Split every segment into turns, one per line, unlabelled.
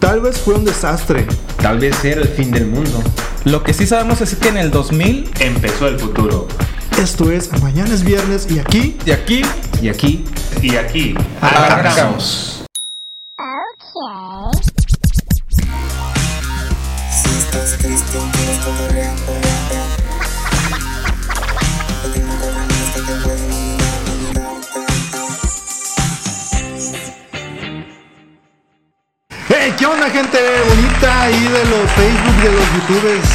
Tal vez fue un desastre.
Tal vez era el fin del mundo.
Lo que sí sabemos es que en el 2000
Empezó el futuro.
Esto es Mañana es Viernes y aquí
de aquí
Y aquí
Y aquí
arrancamos.
Si estás triste, quieres cotorrear, cotorrear, cotorrear. No tengo problemas que te pueden ayudar, ayudar, ayudar.
¡Hey! ¿Qué onda, gente bonita ahí de los Facebook, de los YouTubes?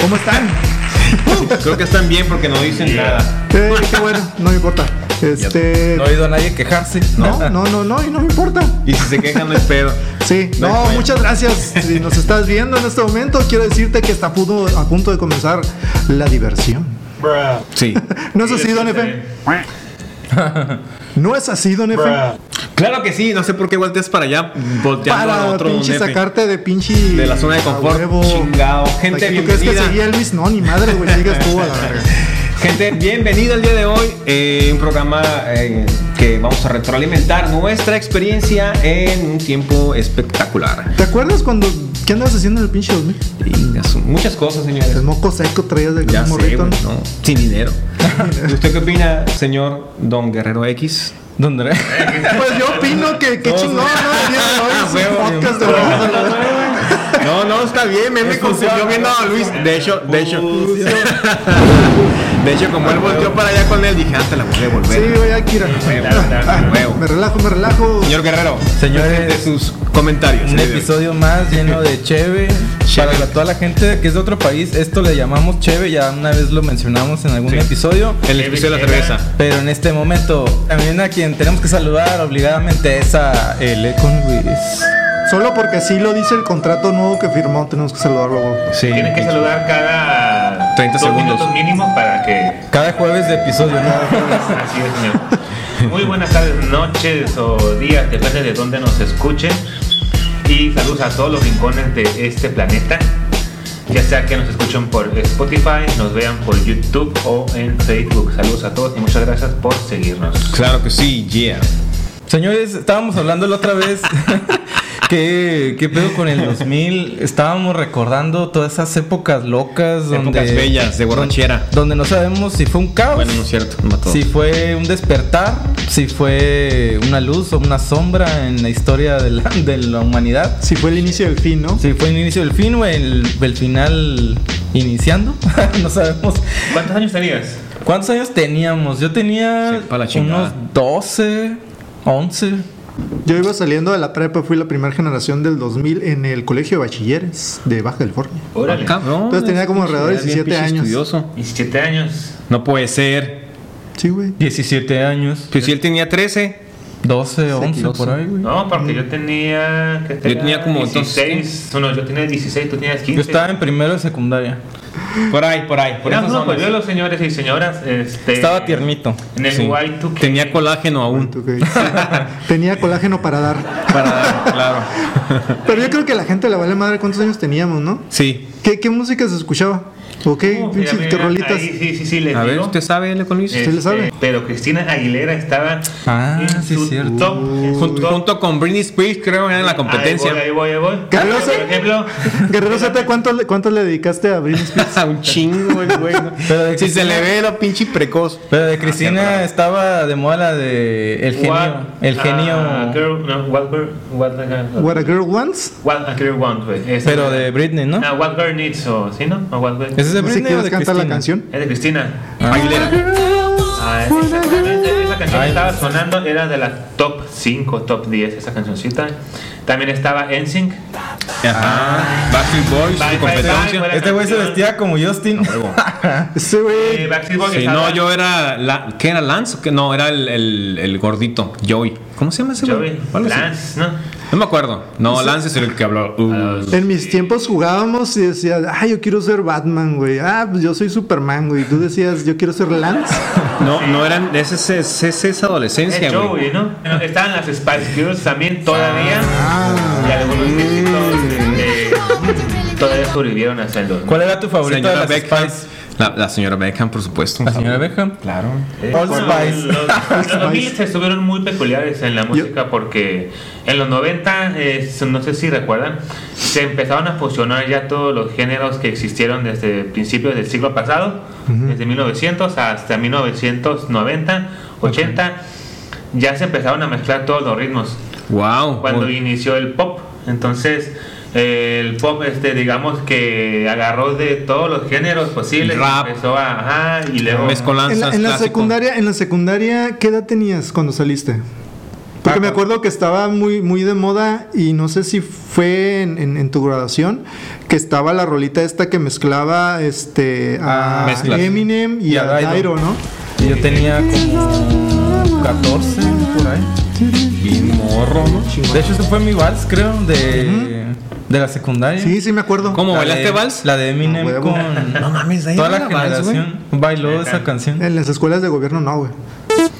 ¿Cómo están?
Creo que están bien porque no dicen nada.
Eh, qué bueno, no me importa. Este.
No he oído a nadie quejarse.
No, no, no, no, y no me importa.
Y si se quejan no es pedo.
Sí,
No,
no,
bueno.
muchas gracias. Si nos estás viendo en este momento, quiero decirte que está a punto, a punto de comenzar la diversión.
Sí.
¿No es así, don Efe? ¿No es así, don Efe?
Claro que sí, no sé por qué volteas para allá volteando a
Para
otro don
pinche
Efe.
sacarte de pinche.
De la zona de
a
confort,
huevo.
chingao. Gente,
¿Tú crees que
bienvenida.
seguía Elvis? No, ni madre, güey. Sigas tú a la verga.
Gente, bienvenida al día de hoy. eh, un programa eh, que vamos a retroalimentar nuestra experiencia en un tiempo espectacular.
¿Te acuerdas cuando. ¿Qué andabas haciendo en el pinche 2000?
Chinga su- Muchas cosas, señores.
El moco seco traías de
Ya
un
sé,
morrito.
güey,
¿no?
no, sin dinero. ¿Usted qué opina, señor Don Guerrero X?
¿Dónde?
Pues yo opino que qué
No,
chingón, ¿no?
güey. Ah,
El día de hoy es un
Huevo,
podcast de
güey.
vamos a la verga.
No, no, está bien, me, me confundió viendo a Luis. De hecho, de hecho. De hecho, como él volteó para allá con él, dije, antes la voy a
Sí,
devolver.
voy a Kira.
Huevo.
ah, Me relajo, me relajo.
Señor Guerrero,
Señores,
de sus comentarios.
Un episodio más lleno de cheve.
Cheve.
Para la- toda la gente que es de otro país, esto le llamamos cheve. Ya una vez lo mencionamos en algún
Sí.
episodio.
El episodio eh, de la cerveza.
Pero en este momento, también a quien tenemos que saludar obligadamente es a L con Luis.
Solo porque sí lo dice el contrato nuevo que firmó, tenemos que saludarlo. güey.
Sí.
Tienen que saludar cada
30
dos
segundos.
minutos mínimo para que
Cada jueves de episodio, ¿no?
así es, señor. Muy buenas tardes, noches o días, depende de dónde nos escuchen. Y saludos a todos los rincones de este planeta. Ya sea que nos escuchen por Spotify, nos vean por YouTube o en Facebook. Saludos a todos y muchas gracias por seguirnos.
Claro que sí, yeah.
Señores, estábamos hablando la otra vez. ¿Qué, ¿Qué pedo con el 2000? Estábamos recordando todas esas épocas locas.
Épocas
donde,
bellas, de borrachera.
Donde no sabemos si fue un caos.
Bueno, no es cierto, no mató.
Si fue un despertar, si fue una luz o una sombra en la historia de la, de la humanidad,
Sí, fue el inicio del fin, ¿no?
si fue el inicio del fin o el, el final iniciando, no sabemos.
¿Cuántos años tenías?
¿Cuántos años teníamos? Yo tenía
Sepa la
unos
chingada.
12, 11.
Yo iba saliendo de la prepa, fui la primera generación del 2000 en el colegio de bachilleres de Baja California.
Órale.
Cabrón.
Entonces tenía como
pinche,
alrededor de
eras bien
17
pinche
años.
estudioso.
17 años.
No puede ser.
Sí, güey.
17 años.
Pues si él tenía 13.
12, 11
12.
por ahí, güey.
No, porque yo tenía. ¿qué será?
tenía como
16. No, no, yo tenía 16, tú tenías 15.
Yo estaba en primero de secundaria.
Por ahí, por ahí. Por
Eran
esas
unos
zonas.
polluelos, señores y señoras. Este,
Estaba tiernito.
En el
Sí.
Y2K.
Tenía colágeno aún.
Ok. Tenía colágeno para dar.
Para dar, claro.
Pero yo creo que a la gente le vale madre cuántos años teníamos, ¿no?
Sí.
¿Qué, qué música se escuchaba? ¿O qué
No,
pinches
mira,
qué
mira,
rolitas?
ahí sí, sí, sí, les
A ver,
digo. Eh, Este,
¿usted sabe, L. con Luis?
¿usted le sabe?
Pero Cristina Aguilera estaba
Ah, sí,
su
cierto.
top, en su
Junto,
top.
junto con Britney Spears, creo, era en la competencia.
Ahí voy, ahí voy, ahí voy.
Guerrero
Por
Z.
ejemplo,
Guerrero Z, ¿cuántos le, cuántos le dedicaste a Britney Spears?
un chingo, el güey. ¿no?
Pero de
si
que
se
sí.
le ve Ah, lo pinche precoz.
Pero de Cristina estaba de moda la de El Genio.
What
El
a
Genio.
Ah,
girl- ah, no, what girl- what a girl-
What a Girl Wants.
what a girl want, güey. Este,
Pero de Britney, ¿no?
ah, what girl needs, o- ¿sí, no? O what girl-
¿Ese es de
No sé
Britney o
quieres
de
cantar la
Cristina?
canción.
Es de Cristina.
Ah.
Aguilera.
Ah, exactamente. Esa canción que estaba sonando era de la top 5, top 10, esa cancioncita. También estaba eh, NSYNC.
Ajá. Backstreet Boys,
Bye,
su
bye, bye,
competencia.
buena
Este güey se
canción.
vestía como Justin.
Ese
Eh,
güey.
Backstreet Boys
Sí,
estaba-
no, yo era. La, ¿Qué era Lance? o qué? No, era el, el- el gordito, Joey. ¿Cómo se llama ese
Yo
güey?
vi
Algo así.
Lance, ¿no?
No me acuerdo. No, Lance es el que habló. Uh,
En mis tiempos jugábamos y decías, ah, yo quiero ser Batman, güey. Ah, pues yo soy Superman, güey. Y tú decías, yo quiero ser Lance.
no, no eran. Esa es, ese es, esa
Es
adolescencia, güey.
Eh, Joey, ¿no? Bueno, Estaban las Spice Girls también todavía.
Ah.
Y algunos viejitos, eh, todavía sobrevivieron hasta el 2000.
¿Cuál era tu favorito
Señora
de las
Beckham.
Spice?
La, la señora Beckham, por supuesto.
La señora Beckham.
Claro.
Eh,
Old
bueno,
Spice.
Los, los
Spice.
2000 se estuvieron muy peculiares en la música porque en los 90, eh, no sé si recuerdan, se empezaron a fusionar ya todos los géneros que existieron desde principios del siglo pasado, desde 1900 hasta 1990, 80, ya se empezaron a mezclar todos los ritmos
Wow.
cuando inició el pop. Entonces, eh, el pop, este, digamos que agarró de todos los géneros posibles,
Rap.
empezó a, ajá, y luego
Mezcolanzas.
En la, en la
Ah, clásico.
secundaria, en la secundaria, ¿qué edad tenías cuando saliste? Porque me acuerdo que estaba muy, muy de moda y no sé si fue en, en- en tu graduación que estaba la rolita esta que mezclaba este a
Ah, mezclas.
Eminem y,
Y
a
a Daido.
Dairo, ¿no?
Y Yo tenía como 14 por ahí.
Bien morro, ¿no?
De hecho, ese fue mi vals, creo, de, de la secundaria.
Sí, sí me acuerdo.
¿Cómo
La
bailaste
de-
vals?
La de Eminem
A huevo.
con
No mames, ahí
toda
no
la
Pues era vals, güey.
generación. Bailó esa canción.
En las escuelas de gobierno no, güey.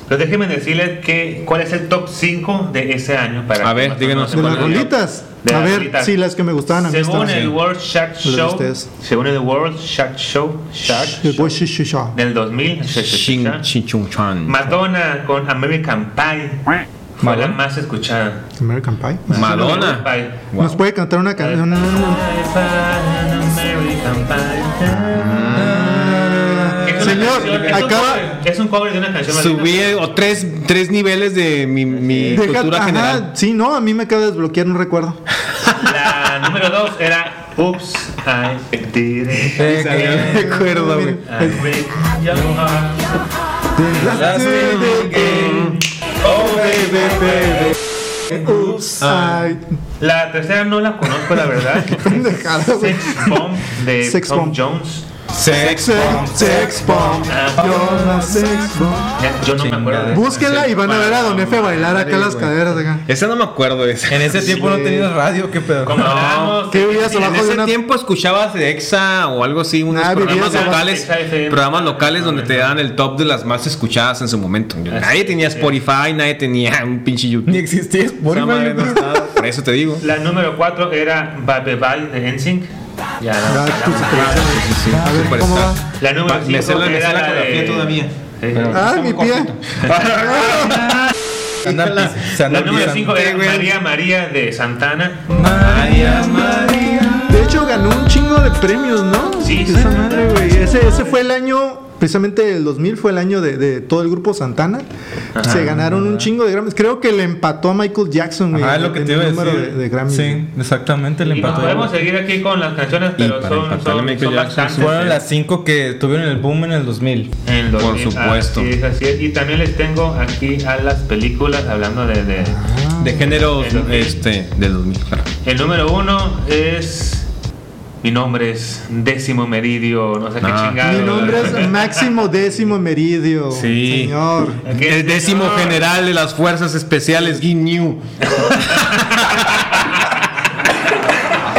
Pero déjenme decirles que, cuál es el top 5 de ese año para
A ver,
más o
díganos.
De
menos
las
se acuerden.
rolitas.
De
a
las
ver,
rolitas.
sí, las que me gustaban a mí.
Según
estaban
el
así.
World Shark
Las de
Show,
ustedes.
según el World Shark Show, Shark
El
Show
Boy Shi Shi Sha.
del 2000,
Shin- Shin Chung Chan.
Madonna con American Pie fue la
Madonna.
más escuchada.
American Pie.
Madonna.
Pie.
Wow.
Nos puede cantar una canción. No, no, no.
Es una
Ah. Señor,
canción, es un
acaba-
cover, Es un cover de una canción.
Subí eh, o tres, tres niveles de mi, mi
Deja-
cultura
ajá,
general.
sí, no, a mí me acaba de desbloquear, no recuerdo.
La número 2 era Oops, I did it.
Eh,
Esa, no
que-
recuerdo, güey.
I break your heart.
Las de-
Oh, baby.
Oops, ay,
La tercera no la conozco, la verdad.
pendejada, güey.
Sex Bomb de
Sex
Tom
Bomb.
Jones.
Sex,
Sex, sex bomb. You're my sex bomb.
Ya, yo no me acuerdo. de esa
Búsquenla y van a ver a Don Efe bailar acá las caderas acá.
Esa no me acuerdo. Esa.
En ese tiempo no tenías radio, qué pedo.
Como hablábamos,
¿Qué vivías
En
abajo de
ese
una
tiempo escuchabas de EXA o algo así, unos
Ah,
programas
vivías abajo.
locales,
Exa FM.
programas locales donde te dan el top de las más escuchadas en su
Ah,
momento. Nadie tenía Spotify, nadie tenía un pinche
Ni
YouTube.
existía Spotify.
Esa madre no
güey.
estaba, Por eso te digo.
La número 4 era Bye Bye Bye de NSYNC. Ya, no,
Ah,
ya
tú
no.
sí te la sabes. A ver,
Superstar.
¿cómo va?
La número
Va,
5
me sé la- me sé la
era la de...
coreografía todavía.
Sí.
Ay, Ah, mi pie.
Se andan pis-
Ah,
se
La
andan
número
pisando.
5
Eh,
era
güey.
María María de Santana.
María, María.
De hecho, ganó un chingo de premios, ¿no?
Sí, sí.
Esa madre, güey. Ese, ese fue el año, precisamente el 2000 fue el año de, de todo el grupo Santana. Se ganaron un chingo de Grammys. Creo que le empató a Michael Jackson, güey.
Ah, es lo que
en
te iba a
el número
decir.
de, de Grammys.
Sí, exactamente, el
Y nos
empató.
podemos seguir aquí con las canciones, pero
para
son,
empatarle a
son,
Michael
son
Jackson,
bastantes.
Fueron las cinco que tuvieron el boom en el 2000.
En
Por
2000.
supuesto.
Así es, así es. Y también les tengo aquí a las películas hablando de. de-
De género
El-
este, del 2000, claro.
El número uno es. Mi nombre es Décimo Meridio, no sé qué
Ah.
chingado.
Mi nombre es Máximo Décimo Meridio.
Sí.
Señor.
Ok,
El décimo
señor.
general de las fuerzas especiales, Ginyu.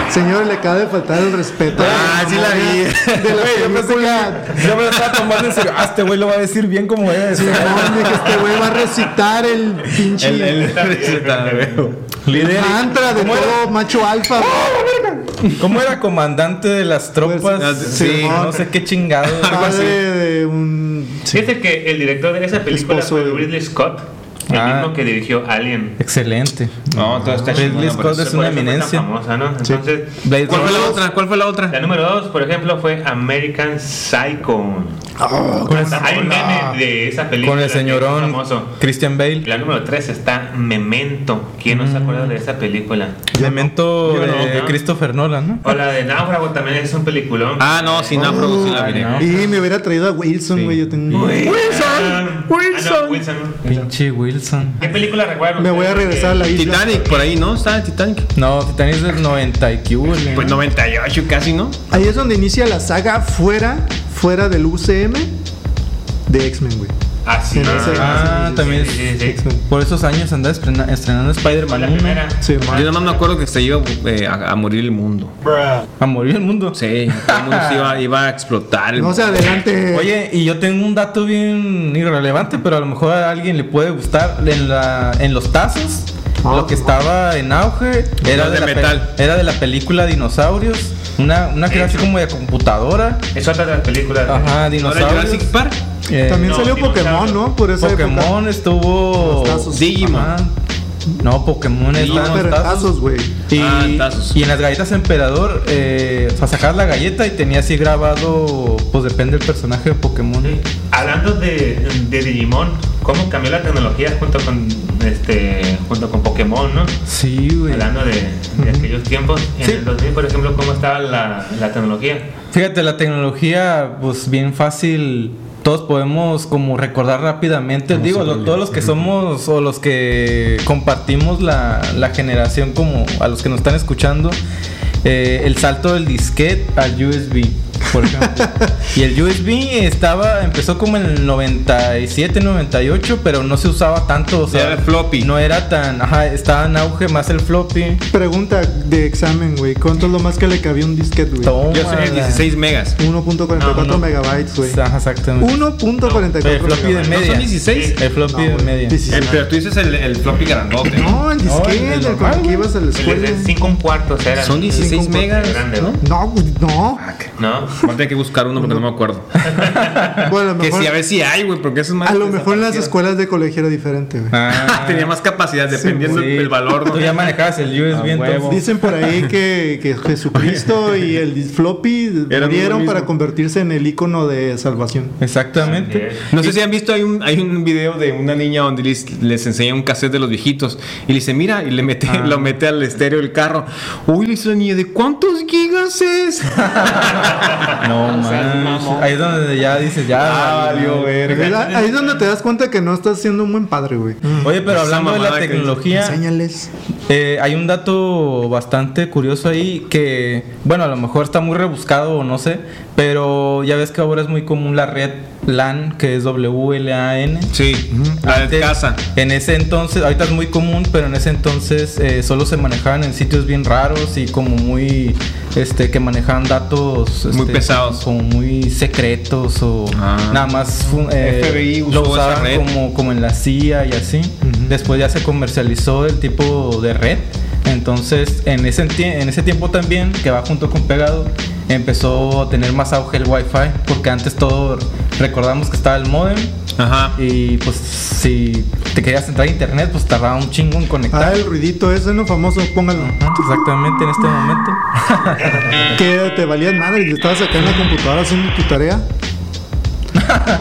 Señor, le acaba de faltar el respeto.
Ah, sí la vi.
De la película.
Yo me lo estaba tomando en serio. Ah, este güey lo va a decir bien como es.
Simón, de que este güey va a recitar el pinche
El, el-
Líder.
mantra de
¿Cómo era?
todo macho alfa. güey.
¿Cómo era comandante de las tropas?
Pues,
sí,
Simón.
no sé qué chingado.
Padre de un. sí.
Fíjate que el director de esa película
Esposo
fue
de-
Ridley Scott, el
Ah.
mismo que dirigió Alien.
Excelente.
No, todo está
Ridley
chingón,
Scott
pero-
Por
Es una
eso fue tan
eminencia.
famosa, ¿no?
Sí.
Entonces,
Blade
¿Cuál fue la
Runner.
otra? ¿Cuál fue la otra?
la número dos, por ejemplo, fue American Psycho. Pues,
Oh,
Con el-
Hay un
hola.
meme de esa película.
Con el
que es
señorón
famoso.
Christian Bale.
La número 3 está Memento. ¿Quién
Mm.
no se acuerda de esa película?
Memento
Yo no.
de Christopher Nolan, ¿no?
O la de Náufrago también es un peliculón.
Ah, no, sin no, sin la miré.
no.
Y me hubiera traído a Wilson, güey. Yo tengo.
Wilson. Wilson. Ah, Wilson.
Pinche Wilson.
¿Qué película recuerdan?
Me voy a
ustedes
regresar a
que-
la isla.
Titanic, por ahí, ¿no? Está Titanic.
No, Titanic es del 90 y que hubo, ¿no?
Pues 98 casi, ¿no?
Ahí es donde inicia la saga fuera, fuera del UCM de X-Men, güey.
Ah, sí.
En ese-
Ah, también es-
Sí, sí, sí.
Por esos años andaba estrenando, estrenando Spider-Man
La
1.
primera.
Sí,
Yo nada más me acuerdo que se iba eh, a, a morir el mundo.
A morir el mundo.
Sí, todo el mundo se iba, iba a explotar. el
No se
mundo.
adelante.
Oye, y yo tengo un dato bien irrelevante, pero a lo mejor a alguien le puede gustar. En, la, en los tazos
Ah,
lo que
sí,
estaba en auge era
Los de
de, la
metal.
pe- era de la película Dinosaurios, una, una que era así como de computadora.
Es otra de las películas. de-
Ajá,
¿No era
dinosaurios.
Jurassic Park?
Eh,
También
no,
salió
dinosaurio.
Pokémon, ¿no? Por esa época.
Pokémon estuvo.
Tazos.
Digimon.
Ajá. No, Pokémon es
Ah,
los tazos.
perretazos, güey.
Y,
Ah, tazos.
y en las galletas emperador, eh, o sea, sacabas la galleta y tenía así grabado, pues depende del personaje de Pokémon.
Hablando de, de Digimon, cómo cambió la tecnología junto con este junto con Pokémon, ¿no?
Sí, güey.
Hablando de, de aquellos tiempos, en
Sí.
el 2000, por ejemplo, cómo estaba la, la tecnología.
Fíjate, la tecnología, pues bien fácil. Todos podemos como recordar rápidamente, digo, lo- todos los que somos o los que compartimos la, la generación como a los que nos están escuchando, eh, el salto del disquete al USB, por ejemplo. y el USB estaba, empezó como en el 97, 98, pero no se usaba tanto, o sea,
Era el floppy.
No era tan, ajá, estaba en auge más el floppy.
Pregunta de examen, güey. ¿Cuánto es lo más que le cabía un disquete, güey?
Yo soy de
Tómala.
16 megas.
1.44
No, no.
megabytes, güey.
Ajá, exactamente.
1.44
El floppy de
megabytes.
media.
son 16?
El floppy
No,
de
güey.
media.
16.
El- pero tú dices el, el floppy grandote.
No, el
No, el
disquete, el
normal,
con el que
güey.
ibas a la
El
escuela.
de 5 un cuarto, o sea, era
Son 16
cinco un cuarto
megas,
grande,
¿no?
No, güey, no.
¿No?
Voy a tener que buscar uno porque no me acuerdo.
Bueno, a lo
Que
mejor,
sí, a ver si hay, güey, porque eso es más.
a lo mejor en las
desaparecido.
escuelas de colegio era diferente, güey.
Ah,
Tenía más capacidad dependiendo
sí.
del valor. ¿no?
Tú ya manejabas el USB
A huevo.
entonces.
Dicen por ahí que, que Jesucristo y el dis- floppy
Eran uno
murieron
mismo.
para convertirse en el icono de salvación.
Exactamente.
Sí.
No sé si han visto, hay un, hay un video de una niña donde les, les enseña un cassette de los viejitos y le dice, mira, y le mete,
Ah.
lo mete al estéreo del carro. Uy, le dice la niña, ¿de cuántos gigas es?
No,
O sea,
man.
mamón.
Ahí es donde ya dices, ya.
Ah,
valió,
valió
güey.
Ahí
verga.
ahí es donde te das cuenta que no estás siendo un buen padre, güey.
Oye, pero
Esa
hablando de la
mamada que-
tecnología,
Enséñales.
eh, hay un dato bastante curioso ahí que, bueno, a lo mejor está muy rebuscado o no sé, pero ya ves que ahora es muy común la red LAN, que es WLAN.
Sí, la de
Antes,
casa.
En ese entonces, ahorita es muy común, pero en ese entonces eh, solo se manejaban en sitios bien raros y como muy, este, que manejaban datos
Muy
este,
pesados.
como muy secretos o
Ah.
nada más fu- eh,
FBI usó
lo
esa
usaban
red.
como como en la CIA y así. Después ya se comercializó el tipo de red. Entonces, en ese enti- en ese tiempo también que va junto con pegado empezó a tener más auge el Wi-Fi porque antes todo recordamos que estaba el modem
Ajá.
y pues si te querías entrar a internet, pues tardaba un chingo en
Ah,
conectar.
el ruidito ese, no famoso, póngalo.
Ajá, Exactamente en este momento.
Que te valían madre y estabas acá en la computadora haciendo tu tarea.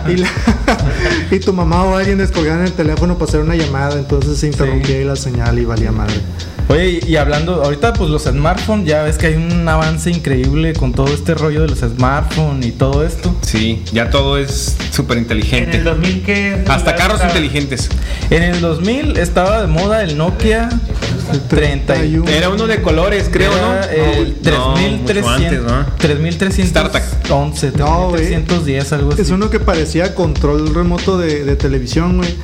y, la- y tu mamá o alguien descolgaron el teléfono para hacer una llamada, entonces se interrumpía ahí la señal y valía madre.
Oye, y hablando, ahorita pues los smartphones, ya ves que hay un avance increíble con todo este rollo de los smartphones y todo esto.
Sí, ya todo es súper
En
inteligente.
el 2000 que
Hasta carros inteligentes.
En el 2000 estaba de moda el Nokia 31.
Era uno de colores, creo, ¿no?
Era el
No, mucho antes,
3300,
¿no?
3311,
No, güey.
3310, algo así.
Es uno que parecía control remoto de, de televisión, güey.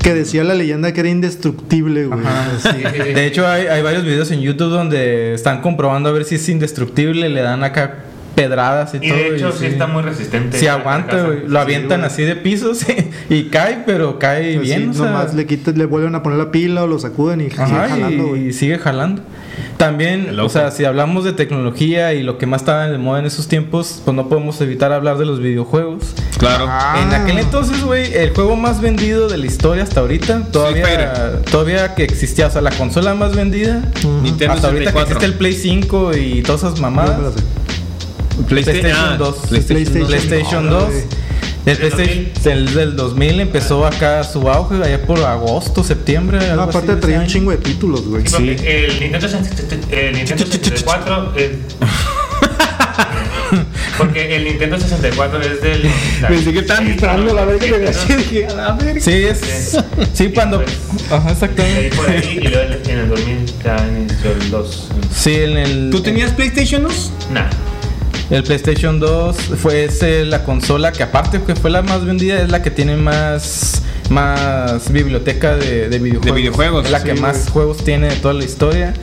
Que decía la leyenda que era indestructible, güey.
Ajá, sí.
Eh,
De hecho, hay, hay varios videos en YouTube donde están comprobando a ver si es indestructible, le dan acá pedradas y,
Y
todo.
de hecho, sí, está muy
Si
resistente.
aguanta, güey. Lo avientan así de pisos y cae, pero cae
Así,
bien. o sea,
Pues nomás le quitas, le vuelven a poner la pila o lo sacuden y siguen
ajá, y-
jalando,
y,
güey.
sigue jalando. También,
Loco.
o sea, si hablamos de tecnología y lo que más estaba de moda en esos tiempos, pues no podemos evitar hablar de los videojuegos.
Claro.
Ah.
En aquel entonces, güey, el juego más vendido de la historia hasta ahorita, todavía,
Fighter.
todavía que existía, o sea, la consola más vendida,
Nintendo
hasta ahorita que
64.
existe el Play 5 y todas esas
No me la
mamadas.
sé.
PlayStation 2.
PlayStation
PlayStation, PlayStation 2.
güey.
El PlayStation el del 2000 empezó acá su auge, allá por agosto, septiembre.
No,
algo así
aparte
de
traía un
ese
chingo de títulos, güey.
Sí. El Nintendo 64. El Nintendo 64 es. Porque el Nintendo 64 es del.
Pensé que estaban disparando la verga y me agaché,
dije, a la verga.
año. Sí, es. Sí, cuando. Ajá,
pues. Ahí por
exactamente.
ahí y luego en el- en el 2000 ya inició el 2.
Sí, en el.
¿Tú tenías PlayStation 2?
Nah.
El PlayStation 2 fue ese, la consola que aparte que fue la más vendida, es la que tiene más, más biblioteca de, de videojuegos.
videojuegos,
Es la que
sí,
más juegos tiene de toda la historia.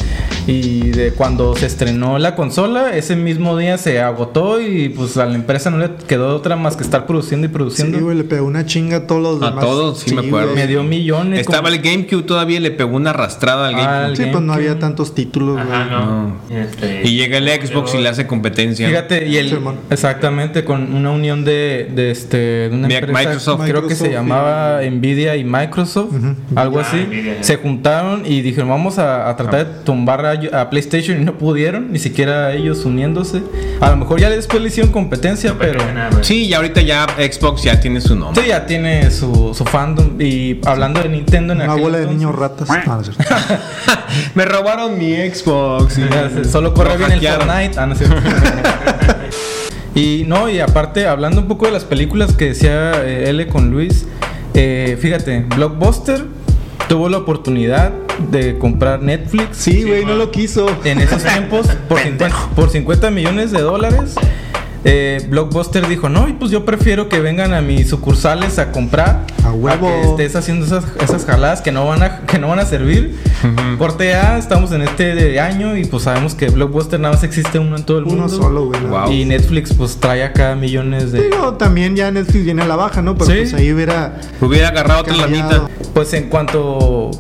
Y de cuando se estrenó la consola, ese mismo día se agotó y pues a la empresa no le quedó otra más que estar produciendo y
Sí,
produciendo.
güey, le pegó una chinga a todos los
A
demás.
todos, sí me acuerdo.
güey.
me dio millones.
Estaba
como-
el GameCube todavía y le pegó una arrastrada al
Ah,
GameCube.
Sí, pues no
GameCube.
había tantos títulos, güey.
Ajá, no. Este,
Y llega el Xbox y le hace competencia.
Ah, Fíjate, y el,
Simón.
exactamente, con una unión de, de este, de una
Mi-
empresa,
Microsoft.
creo que se
Microsoft y-
llamaba Nvidia y Microsoft,
Ujú.
algo
Ah,
así,
Nvidia,
se juntaron y dijeron, vamos a, a tratar de tumbar a, a PlayStation y no pudieron, ni siquiera ellos uniéndose. A lo mejor ya después le hicieron competencia, pero...
nada más.
Sí, y ahorita ya Xbox ya tiene su nombre.
Sí, ya tiene su, su fandom y hablando de Nintendo en
Una
aquel
bola de
entonces,
niños ratas. Ah, no es cierto.
Me robaron mi Xbox. y-
Ya sé, Solo corre
Lo
bien el
hackearon.
Fortnite. Ah, no es cierto. y no, y aparte, hablando un poco de las películas que decía eh, L con Luis, eh, fíjate, Blockbuster tuvo la oportunidad de comprar Netflix
Sí, güey, no lo quiso.
en esos tiempos por 50, por 50 millones de dólares. eh, Blockbuster dijo, no, y pues yo prefiero que vengan a mis sucursales a comprar.
A huevo.
que estés haciendo esas, esas jaladas que no van a, que no van a servir. Corte A, estamos en este de año y pues sabemos que Blockbuster nada más existe uno en todo el mundo.
Uno solo, güey. nada.
Wow.
Y Netflix pues trae acá millones de...
Digo, también ya Netflix viene a la baja, ¿no? Pero
Sí.
pues ahí hubiera
Hubiera agarrado otra
cambiado.
lamita.
Pues en cuanto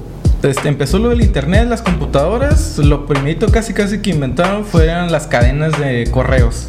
este, empezó lo del internet, las computadoras, lo primerito casi casi que inventaron fueron las cadenas de correos.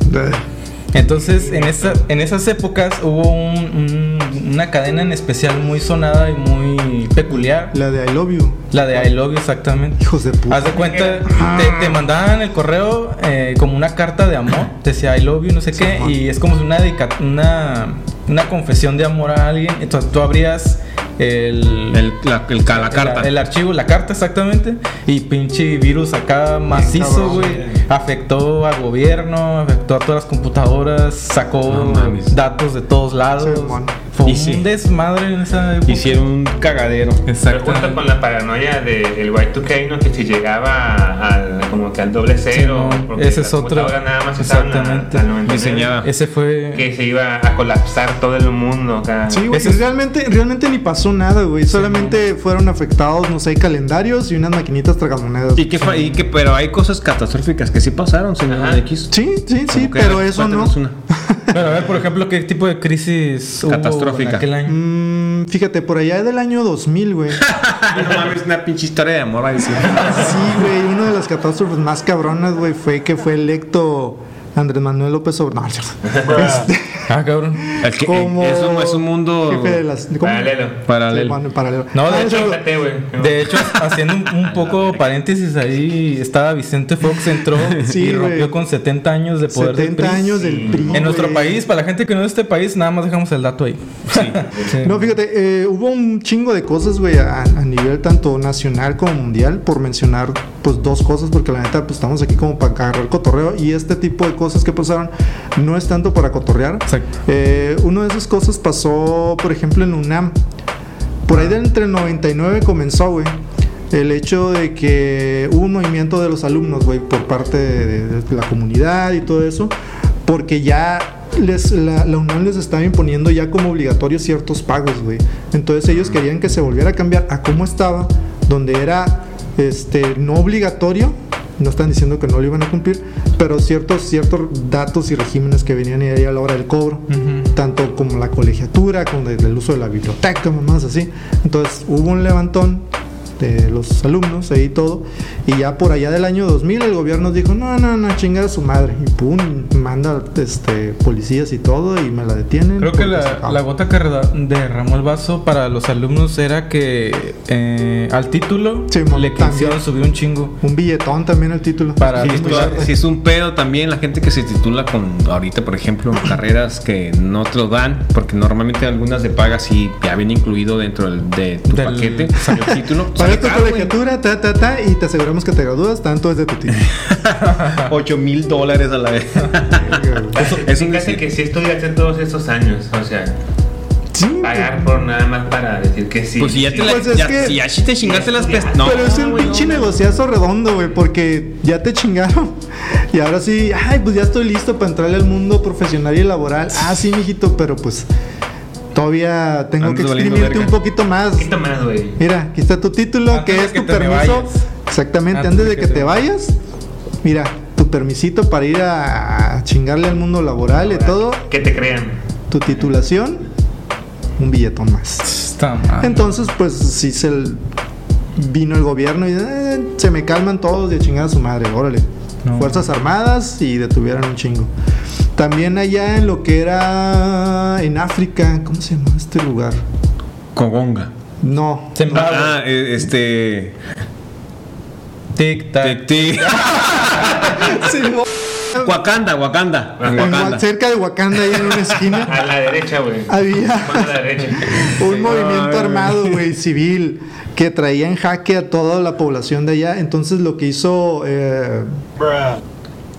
Entonces, en, esa- en esas épocas hubo un- un- una cadena en especial muy sonada y muy peculiar.
La de I Love You.
La de I Love You, exactamente.
Hijos de puta.
Haz de cuenta, te, te mandaban el correo eh, como una carta de amor. Te decía I love you, no sé qué. Y es como una, dedica- una, una confesión de amor a alguien. Entonces tú abrías el,
El, la, el- la carta.
el, el archivo, la carta exactamente. Y pinche virus acá macizo,
cabrón.
güey. Afectó al gobierno, afectó a todas las computadoras, sacó
No mames.
datos de todos lados.
Sí, mon.
Fue
Y
un
sí.
desmadre en esa época.
Hicieron un cagadero.
Pero junto con
Exactamente.
la paranoia del Y2K, ¿no? Que si llegaba al, como que al doble cero,
Sí, no,
porque
ese
las
es otro-
computadoras nada más estaban a-
exactamente.
al 99,
Diseñada.
Ese fue.
Que se iba a colapsar todo el mundo acá.
Sí, güey. pues
Ese es-
Realmente, realmente ni pasó nada, güey. Solamente fueron afectados, no sé, calendarios y unas maquinitas tragamonedas.
Y que, fa- y que, pero hay cosas catastróficas que sí pasaron, señor
Ajá.
X.
Sí, sí, sí,
Como que
pero
a-
eso no.
cuéntanos una.
Bueno, a ver, por ejemplo, ¿qué tipo de crisis hubo
Catastrófica.
en aquel año?
Mm, fíjate, por allá del año 2000, güey.
Ah, no mames, una pinche historia de amor ahí sí.
Sí, güey, una de las catástrofes más cabronas, güey, fue que fue electo Andrés Manuel López Obrador. No, es cierto. Este,
Ah, cabrón.
El que- eh,
Como
es, un, es un mundo
jefe de las- ¿cómo?
Paralelo.
Sí,
paralelo.
bueno, en paralelo.
No, de
Ah,
hecho,
Fíjate, güey.
de hecho, haciendo un, un poco paréntesis ahí, estaba Vicente Fox, entró
Sí,
y
güey.
rompió con 70 años de poder del
70
PRI.
años del PRI.
En nuestro
güey.
país, para la gente que no es de este país, nada más dejamos el dato ahí. Sí.
No, fíjate, eh, hubo un chingo de cosas, güey, a, a nivel tanto nacional como mundial, por mencionar, pues, dos cosas, porque la neta, pues, estamos aquí como para agarrar cotorreo, y este tipo de cosas que pasaron no es tanto para cotorrear.
Exacto.
Eh, una de esas cosas pasó, por ejemplo, en UNAM. Por ahí de entre el 99 comenzó, güey. El hecho de que hubo un movimiento de los alumnos, güey, por parte de, de- de la comunidad y todo eso, porque ya les, la, la UNAM les estaba imponiendo ya como obligatorio ciertos pagos, güey. Entonces ellos querían que se volviera a cambiar a cómo estaba, donde era este, no obligatorio, no están diciendo que no lo iban a cumplir, pero ciertos, ciertos datos y regímenes que venían ahí a la hora del cobro
Ujú.
tanto como la colegiatura, como el el uso de la biblioteca, mamás así. Entonces hubo un levantón de los alumnos ahí y todo, y ya por allá del año 2000 el gobierno dijo, no, no, no, chingar a su madre, y pum, manda este, policías y todo, y me la detienen.
Creo que
porque se
la,
acabó.
la gota que reda- derramó el vaso para los alumnos era que eh, al título
Sí, mon,
le
también.
quisieron subir un chingo.
Un billetón también el título.
Para-
Sí,
Si es,
muy
un-
tarde.
si es un pedo también la gente que se titula con ahorita, por ejemplo, carreras que no te lo dan, porque normalmente algunas de pagas y ya viene incluido dentro del, de tu
Del-
paquete,
Exacto.
el título.
Para
Sale
tu
caro, güey.
colegiatura, ta, ta, ta, y te aseguramos que te gradúas, tanto es de tu título.
8 mil dólares a la vez.
Eso,
es un
Fíjate
decir.
que sí estudiaste todos estos años, o sea,
sí,
pagar por nada más para decir que sí.
Pues si ya
Sí.
te, la-
Pues es
ya-
que-
si ya sí te chingaste las pest- No,
Pero es un
güey, no,
pinche
no.
negociazo redondo, güey, porque ya te chingaron. Y ahora sí, ay, pues ya estoy listo para entrarle al mundo profesional y laboral. Ah, sí, mijito, pero pues todavía tengo
Andas
que
valiendo
exprimirte un
verga.
poquito más.
Poquito más, güey.
Mira, aquí está tu título,
Antes
que
de
es
que
tu
te me
permiso
vayas.
Exactamente,
Antes
antes
de
de
que
que
se
te
vaya.
vayas, mira, tu permisito para ir a chingarle al mundo laboral y todo,
Que te crean.
tu titulación, un billetón más.
Está mal.
Entonces, pues sí se l- vino el gobierno y eh, se me calman todos de chingar a su madre, órale.
No.
Fuerzas Armadas y detuvieron un chingo. También allá en lo que era en África, ¿cómo se llama este lugar?
Cogonga.
No,
Zimbabue.
Ah, eh, este.
Tic tac.
tic, tic. Wakanda, Wakanda. En
en Wa-
Wakanda.
cerca de Wakanda, ahí en una
A
esquina,
la derecha, güey.
había
Más a la derecha.
un
Sí.
movimiento
Ay,
armado, güey, civil, que traía en jaque a toda la población de allá. Entonces lo que hizo... eh,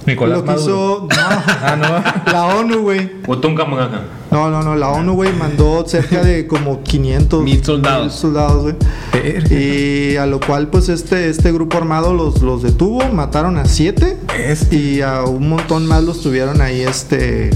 Nicolás
lo que
Maduro.
hizo... no,
Ah, no.
la ONU, güey.
Utunga Mugaca.
No, no, no, la ONU, güey, mandó cerca de como 500
Mil soldados.
soldados, güey. Y a lo cual, pues, este, este grupo armado los, los detuvo, mataron a siete
Este.
y a un montón más los tuvieron ahí, este...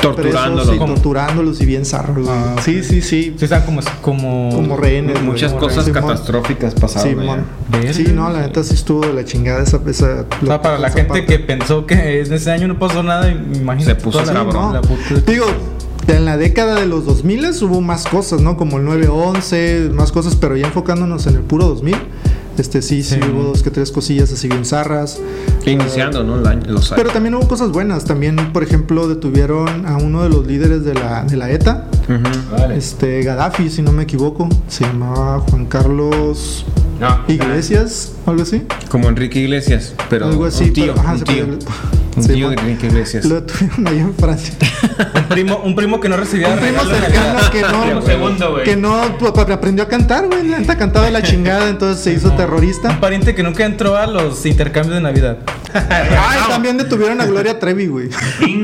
Torturándolo.
presos y
¿Cómo?
torturándolos y bien zarros, güey.
Ah,
Sí, sí, sí.
Sí, están como, como.
Como rehenes, güey.
Muchas
Como
cosas
rehenes. Simón.
catastróficas pasaron.
Simón.
allá.
Verga.
Sí, no, la neta sí estuvo de la chingada esa esa-
O sea, para la
esa
gente
parte.
que pensó que en ese año no pasó nada, imagínate.
Se puso
toda la-
cabrón.
la
No.
puta-
Digo, en la década de los 2000 hubo más cosas, ¿no? Como el 911, más cosas, pero ya enfocándonos en el puro 2000, este sí, sí,
Sí.
hubo dos que tres cosillas así bien zarras.
Iniciando, ¿no? El año, los
Pero
años.
también hubo cosas buenas. También, por ejemplo, detuvieron a uno de los líderes de la, de la ETA,
Ujú.
Vale.
este Gaddafi, si no me equivoco. Se llamaba Juan Carlos
No.
Iglesias, o algo así.
Como Enrique Iglesias, pero
algo así.
un tío,
pero- ajá,
un
se
tío,
podía-
un
Sí,
tío de
bueno.
Enrique Iglesias.
Lo detuvieron allá en Francia.
Un primo, un primo que no recibía
Un primo
regalo de
cercano
Navidad.
que no,
Un segundo, güey.
que no pues, aprendió a cantar, güey. La neta cantaba de la chingada, entonces se hizo
Un
terrorista.
pariente que nunca entró a los intercambios de Navidad.
Ah,
Ay, también detuvieron a Gloria Trevi, güey.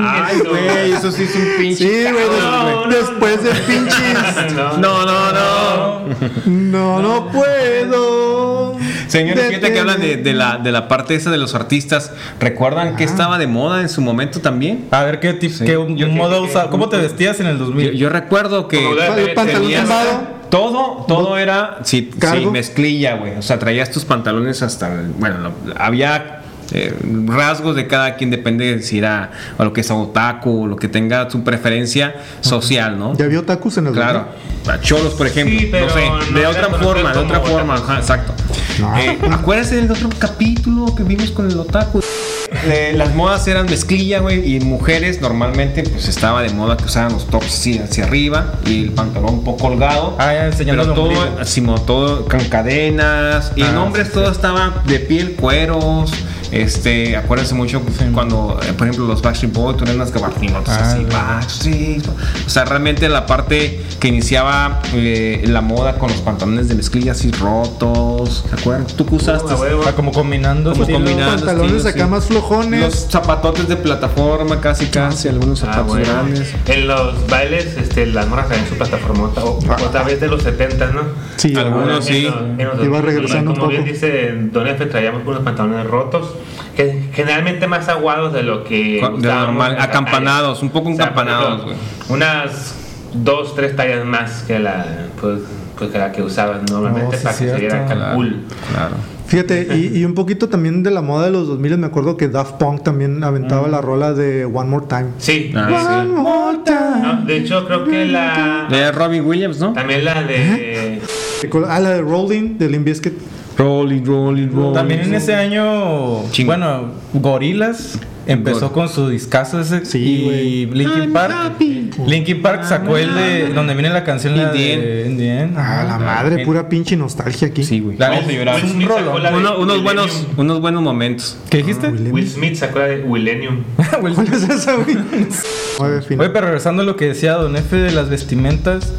Ay, güey, eso sí es un
Sí,
pinche.
güey. des-
No, no,
después de pinches.
No,
No, no, no.
No, no puedo.
Señores, fíjate que hablan de, de
detener.
la, de la parte esa de los artistas. ¿Recuerdan que estaba de moda en su momento también?
A ver qué tip,
Sí.
qué un-
Yo
un
creo
modo
que-
usaba. ¿Cómo te vestías en el
Yo,
2000?
yo recuerdo que
Como la-
Pa- Pantalón
Tenías-
tumbado.
todo, todo era sí,
Cargo.
sí, mezclilla, güey. O sea, traías tus pantalones hasta, el- bueno, lo- había eh, rasgos de cada quien depende de si era o lo que es otaku o lo que tenga su preferencia social, ¿no?
Ya vio tacos en el
Claro, a cholos, por ejemplo.
Sí, pero
no sé,
no
de
era
otra
conocido
forma, de
como
otra forma,
otaku.
ajá, exacto.
No.
Eh, Acuérdense del otro capítulo que vimos con el otaku. Eh, las modas eran mezclilla, güey, y mujeres normalmente pues estaba de moda que usaban los tops así hacia arriba y el pantalón un poco holgado.
Ah, ya enseñando
Pero
el ombligo.
todo, así, mo- todo con cadenas. Y en
Ah,
hombres
sí,
todo estaba de piel, cueros. Este, acuérdense mucho pues, cuando, eh, por ejemplo, los Backstreet Boys tenían las gabardinotas
Ah,
así,
no.
Backstreet Boys. O sea, realmente la parte que iniciaba eh, la moda con los pantalones de mezclilla así rotos. ¿Se acuerdan? ¿Tú qué usaste?
Ah,
A huevo.
O sea, Ah, como combinando.
Como
estilo.
combinando.
Pantalones
sí,
acá
sí.
más flojones.
los zapatotes de plataforma, casi, casi, algunos
Ah,
zapatos
bueno.
grandes.
En los bailes, este, las morras traen su plataforma o, otra vez de los 70, ¿no?
Sí,
Algunos.
En
sí.
los- en los-
Iba regresando
Como
un
bien
poco.
dice Don Efe, traíamos unos pantalones rotos, que generalmente más aguados de lo que.
Cu- de
usábamos
normal,
en la calle.
acampanados, un poco
por ejemplo,
acampanados, güey.
Unas dos, tres tallas más que la, pues, pues, que, la que usabas normalmente
Oh, sí,
para que se viera
cierto.
acá cool.
Claro.
Fíjate, y, y un poquito también de la moda de los 2000, me acuerdo que Daft Punk también aventaba
Mm.
la rola de One More Time.
Sí.
Ah,
sí.
One More Time.
No, de hecho, creo que la.
De Robbie Williams, ¿no?
También la de.
Ah, la de Rolling, de Limp Bizkit.
Rolling, rolling, rolling.
También en ese año,
Chingo.
bueno, Gorilas empezó
Gor- Ah,
con su discazo ese
Sí,
y Linkin Park. Linkin Park sacó el de donde viene la canción la
In the end.
de In the End.
Ah, la madre,
En-
pura pinche nostalgia aquí.
Sí, güey.
La
Vamos
neta,
a llorar.
es un
Will Smith sacó
rolón.
la de
Uno- unos,
Millennium.
buenos, unos buenos momentos.
¿Qué dijiste?
William.
Will Smith sacó la de Willennium.
Will-
¿Cuál es esa, güey? Nueve
Oye,
final.
pero regresando a lo que decía Don Efe de las vestimentas,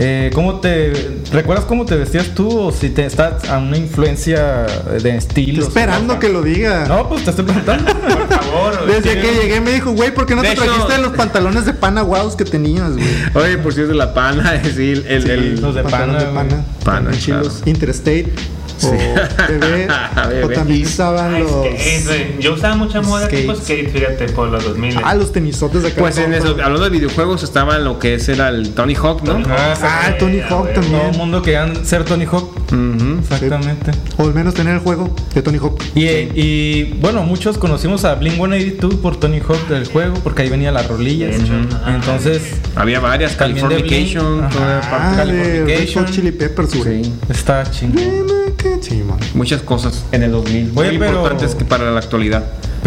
eh, ¿cómo te recuerdas cómo te vestías tú o si te estás a una influencia de estilo?
Estoy esperando que lo diga.
No, pues te estoy preguntando.
Por favor.
Desde que llegué me dijo, güey, ¿por qué no
De
te
hecho-
trajiste los pantalones de pana guados que tenías, güey?
Oye, pues por cierto, la pana, sí, el, el, el-
los de
Pantalones
pana,
de
güey.
pana.
Pana,
también chilos.
claro.
Interstate. O bebé, o
Bebé.
también
Y-
usaban
Ay,
los.
skate, güey. Yo usaba mucha moda tipo
Skates.
skate, fíjate, por los 2000.
Ah, los tenisotes de acá.
Pues en
todo,
eso,
pero-
hablando de videojuegos, estaba lo que es era el Tony Hawk, ¿no?
Tony Hawk.
Ah, Tony Hawk
güey.
también.
Todo el mundo quería ser Tony Hawk.
Ujú.
Exactamente.
O al menos tener el juego de Tony Hawk.
Y, y, bueno, muchos conocimos a Blink 182 por Tony Hawk del juego, porque ahí venía las rolillas.
De hecho.
Ujú. Entonces,
Había varias,
También de
Californication,
Blink.
toda
Ajá.
parte.
Ah, de Red
Californication.
Hot Chili Peppers, güey.
Sí.
está chingón.
Sí, man.
Muchas cosas en el 2000
Oye,
muy
pero-
importantes que para la actualidad.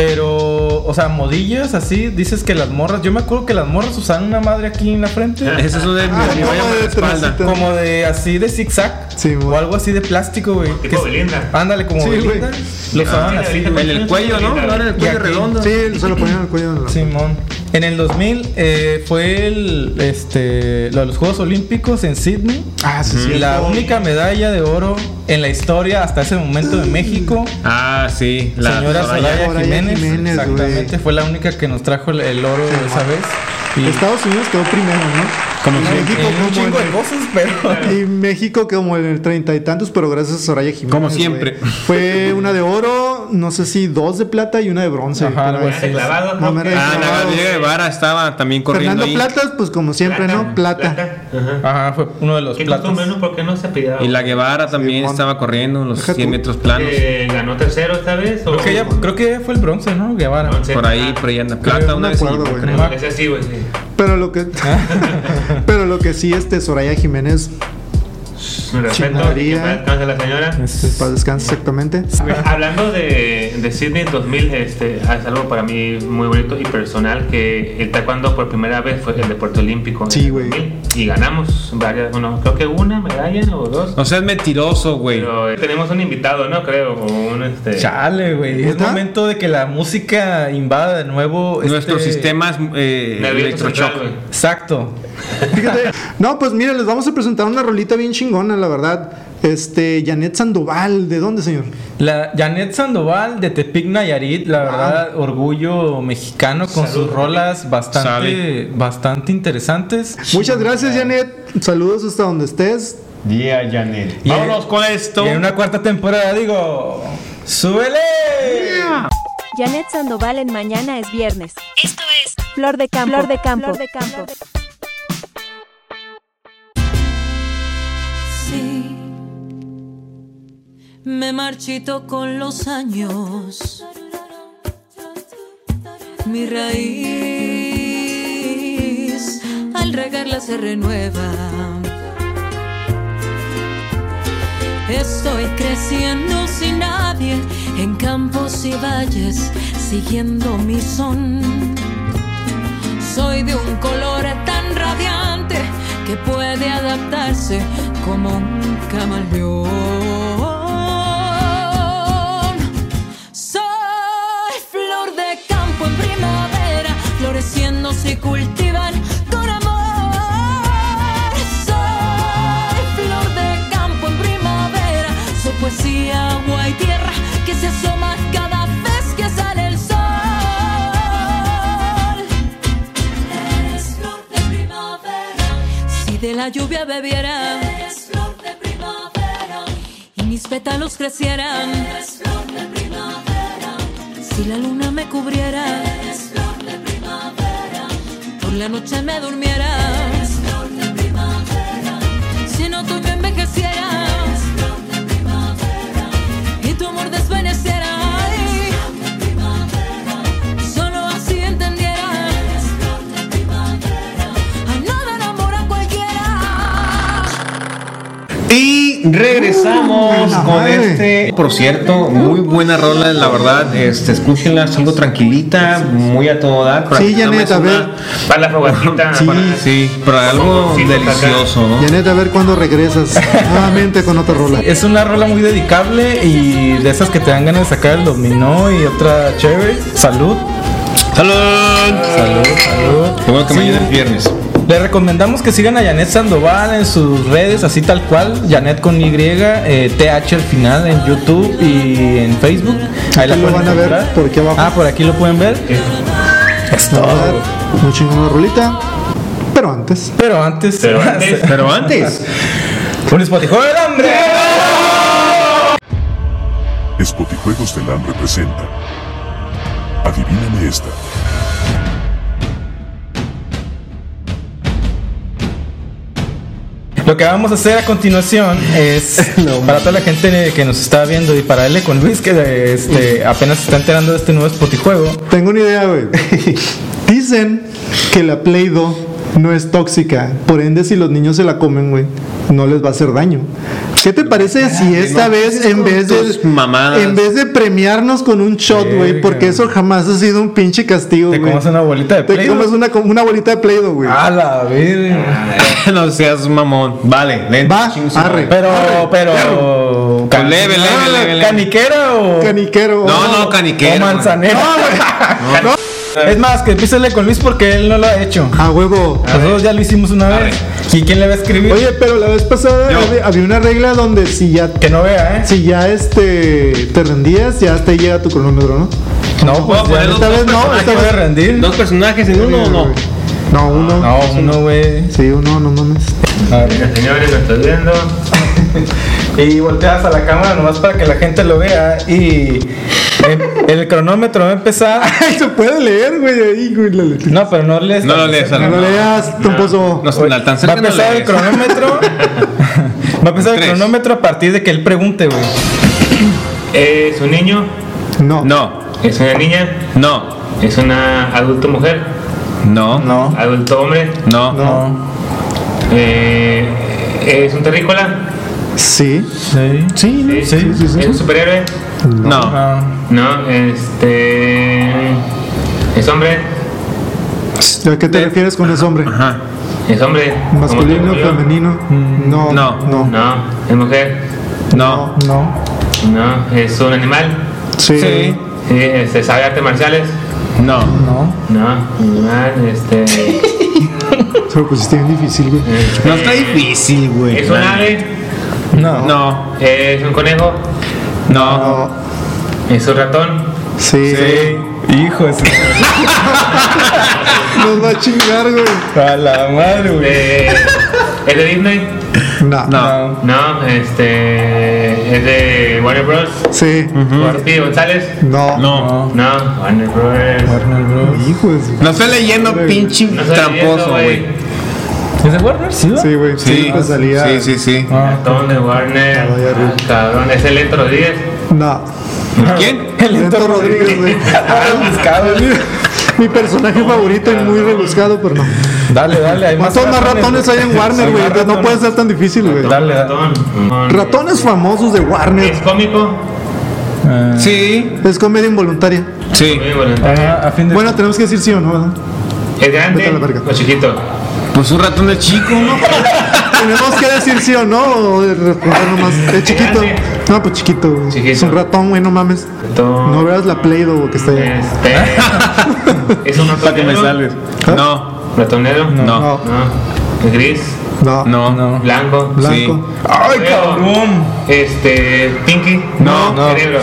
Pero, o sea, modillas así, dices que las morras. Yo me acuerdo que las morras usaban una madre aquí en la frente.
Ese es uno de mis
Ah,
mi
como
vaya por
de
la espalda.
trencita.
Como de así de zigzag.
Sí,
o
güey.
algo así de plástico, güey.
Tipo
Que-
Belinda. Ah,
Ándale, como
Sí, güey.
Belinda. Lo usaban
Belinda,
así,
Belinda.
güey.
En Ah, el cuello, ¿no? No era el
Y
cuello
aquí.
redondo.
Sí, se lo ponían al cuello. de la-
Simón. En el 2000 eh, fue el, este, lo de los Juegos Olímpicos en Sydney.
Ah,
Mm,
sí, sí.
La única medalla de oro en la historia hasta ese momento de México.
Ah, sí. La
señora
Soraya.
Soraya,
Soraya
Jiménez,
Jiménez,
exactamente,
güey.
fue la única que nos trajo el, el oro
Sí,
esa
ma.
vez. Y
Estados Unidos quedó primero, ¿no?
Como
Y
siempre.
México
en un
como
chingo de
en
cosas, pero
el- y México como en el treinta y tantos, pero gracias a Soraya Jiménez.
Como
güey.
siempre.
Fue una de oro, no sé si dos de plata y una de bronce.
Ajá,
por
algo
ahí.
así.
Era Ah, clavado,
No,
¿no?
me
Que-
recuerdo.
Ah, la Diego Guevara estaba también corriendo
Fernando
ahí.
Platas, pues como siempre, ¿no? Plata.
Ajá.
ajá, fue uno de los
Qué
platos.
costumbre, ¿no? ¿Por qué no se pidaba?
Y la Guevara también
Simón.
estaba corriendo en los
Deja
100
tú.
metros planos.
Eh, ¿Ganó tercero esta vez? o-
Creo que ella, creo que ella fue el bronce, ¿no? Guevara.
Bronce.
Por ahí, por ahí anda.
Creo,
Plata
no
una vez. y
acuerdo,
yo
güey.
creo.
Ajá.
Es así, güey. Ah, sí.
Pero lo que Pero lo que sí este Soraya Jiménez
Mi respeto. Que
Chingonería.
descanse la señora.
Este
en paz descanse exactamente.
Hablando de, de Sydney 2000, este, es algo para mí muy bonito y personal que el taekwondo por primera vez fue el deporte olímpico. en
Sí,
el
güey.
2000, Y ganamos varias, bueno, creo que una medalla o dos.
O sea, es mentiroso, güey.
Pero eh, tenemos un invitado, ¿no? Creo, o un este...
Chale, güey. Es
¿Neta?
momento de que la música invada de nuevo
Nuestro
este-
sistema es eh,
nervioso central,
electrochoc.
güey.
Exacto.
Fíjate. No, pues mira, les vamos a presentar una rolita bien chingona, la verdad. Este, Janet Sandoval, ¿de dónde, señor?
La Janet Sandoval de Tepic Nayarit, la verdad, orgullo mexicano con sus rolas bastante,
Sabe.
bastante interesantes.
Muchas gracias, Janet. Saludos hasta donde estés.
Día, Janet. Vámonos con esto.
Y en una cuarta temporada digo, ¡súbele!
Janet Sandoval en Mañana es Viernes. Esto es Flor de Campo. Flor de Campo. Flor de Campo.
Sí, me marchito con los años. Mi raíz al regarla se renueva. Estoy creciendo sin nadie en campos y valles, siguiendo mi son. Soy de un color tan radiante que puede adaptarse como un camaleón. Soy flor de campo en primavera, floreciendo se cultivan con amor. Soy flor de campo en primavera, soy poesía, agua y tierra que se asoma cada vez que sale el sol. Eres flor de primavera. Si de la lluvia bebiera. Eres flor de primavera. Y mis pétalos crecieran. Eres flor de primavera. Si la luna me cubriera. Eres flor de primavera. Por la noche me durmiera. Eres flor de primavera. Si en otoño envejeciera. Eres flor de primavera. Y tu amor desvaneciera. Eres flor de primavera. Solo así entendiera. Eres flor de primavera. A nada enamora cualquiera.
Y regresamos
¡Uh,
con
la madre!
este, por cierto, muy buena rola, la verdad. Este, escúchenla, es algo tranquilita, muy a todo dar. pero
Sí,
no me
Janet, a
suena-
ver.
Para la fogatita.
Sí,
para-
Sí, pero algo
Sí,
delicioso, ¿no?
Janet, a ver cuándo regresas nuevamente con otra rola.
Es una rola muy dedicable y de esas que te dan ganas de sacar el dominó y otra chévere. Salud.
¡Salud!
Salud, salud.
Qué bueno que me
Sí.
ayuda el viernes.
Le recomendamos que sigan a Janet Sandoval en sus redes, así tal cual, Janet con Y, eh, TH al final en YouTube y en Facebook. Ahí la
Aquí lo
pueden
van a ver,
encontrar.
por aquí abajo.
Ah, por aquí lo pueden ver.
La verdad, muy chingona rolita. Pero antes,
Pero antes,
Pero antes-
Pero antes,
un Spotify del hambre.
Spotijuegos del Hambre presenta. Adivíname esta.
Lo que vamos a hacer a continuación es para toda la gente que nos está viendo y para él con Luis que este, apenas se está enterando de este nuevo Spotijuego.
Tengo una idea, güey. Dicen que la Play Doh no es tóxica. Por ende, si los niños se la comen, güey, no les va a hacer daño. ¿Qué te parece si esta vez, en vez de.
tus mamadas.
En vez de premiarnos con un shot, güey,
Verga,
porque eso jamás ha sido un pinche castigo,
Te
güey.
comes una bolita de
Te
Play-Doh.
comes una, una bolita de Play-Doh, güey.
A la verga.
no seas mamón. Vale, ven.
Va, arre.
Pero, pero.
Pues leve, leve, leve, leve.
¿Caniquera o.?
Caniquero.
No, no,
o
caniquero.
manzanera.
No.
Es más, que písele con Luis porque él no lo ha hecho.
A huevo.
Nosotros ya lo hicimos una
Arre.
vez. ¿Y quién le va a escribir?
Oye, pero la vez pasada
Yo.
había- había una regla donde si ya
que no vea, ¿eh?
Si ya este te rendías, ya hasta ahí llega tu cronómetro, ¿no?
No, pues
Puedo poner
ya
dos-
esta
dos
vez no,
personajes,
esta
puede
vez-
rendir.
Dos personajes en uno o no.
No, uno.
No, uno, güey.
Sí, uno, no mames.
Arre.
Mira, señores, lo estoy viendo.
Y volteas a la cámara nomás para que la gente lo vea. Y em, el cronómetro va a empezar.
Ay, se puede leer, güey, ahí, güey. la letra.
No, pero no le
No lo lees,
No
no.
lo leas, tramposo.
No, no, tan
Va a
cerca no
empezar el
lees.
cronómetro. Va a empezar el
Tres.
cronómetro a partir de que él pregunte, güey.
¿Es un niño?
No.
No,
¿Es una niña?
no,
¿Es una adulto mujer?
no, no,
No.
¿Adulto hombre?
no,
No.
Eh, ¿Es un terrícola?
Sí.
Sí.
Sí,
¿Es,
sí, sí.
¿Es un superhéroe?
no,
No.
No, este. ¿Es hombre?
¿A qué te refieres con ese hombre?
ajá,
¿Es hombre? como
¿Masculino,
tú, yo?
femenino? mm, No.
no,
No.
No, ¿es mujer?
no,
No.
No, ¿es un animal?
Sí.
Sí.
Sí, este, ¿Sabe artes marciales?
no,
No.
No, animal, este.
Se lo pusiste pues bien difícil, güey.
este,
no está difícil, güey,
¿Es un ave?
No.
no,
¿Es un conejo?
no,
No.
¿Es un ratón?
Sí.
Sí. Hijo de su-
Nos va a chingar, güey.
A la madre, güey.
Eh, ¿Es de Disney?
No.
Ah.
no,
No, este. ¿Es de Warner Bros?
Sí.
¿Pidi González?
No.
no,
No, Warner Bros.
Warner Bros.
Hijo de su-
no estoy leyendo pinche
No estoy
tramposo,
leyendo, güey.
güey,
¿Es de Warner? Sí,
Sí, güey. Sí,
sí,
pues salía.
sí, sí, sí,
Ah.
Ratón de Warner.
Ah, vaya
Ah, cabrón, ¿es el Lento Rodríguez?
No.
¿quién?
El
Lento Rodríguez, güey. Mi personaje favorito y muy rebuscado, pero no.
Dale, dale. Hay
¿Cuántos más ratones hay en Warner,
Sí,
güey?
más
No puede
ratones.
ser tan difícil, güey.
Dale, dale.
Ratón.
Ratones famosos de
¿Es
Warner.
cómico?
Ah.
Sí,
Es comedia involuntaria.
sí,
Muy voluntario.
Ajá, a fin de
Bueno, tenemos que decir sí o no, ¿verdad?
¿Es
Vete a la verga.
grande o chiquito?
pues un ratón de chico, ¿no?
Tenemos que decir sí o no, o de responder nomás. Es chiquito. No, pues chiquito, güey.
Chiquito.
Es un ratón, güey, no mames.
Ratón.
No veas la Play-Doh güey, que está allá.
Este. ¿Es un ratón
Para que me
negro?
salves,
¿Ah?
no,
¿Ratón negro?
no,
No,
No. ¿Es gris?
no,
no, no,
No.
¿Blanco?
sí,
Blanco.
¡Ay,
Feo.
cabrón!
Este. Pinky?
No, no.
Cerebro.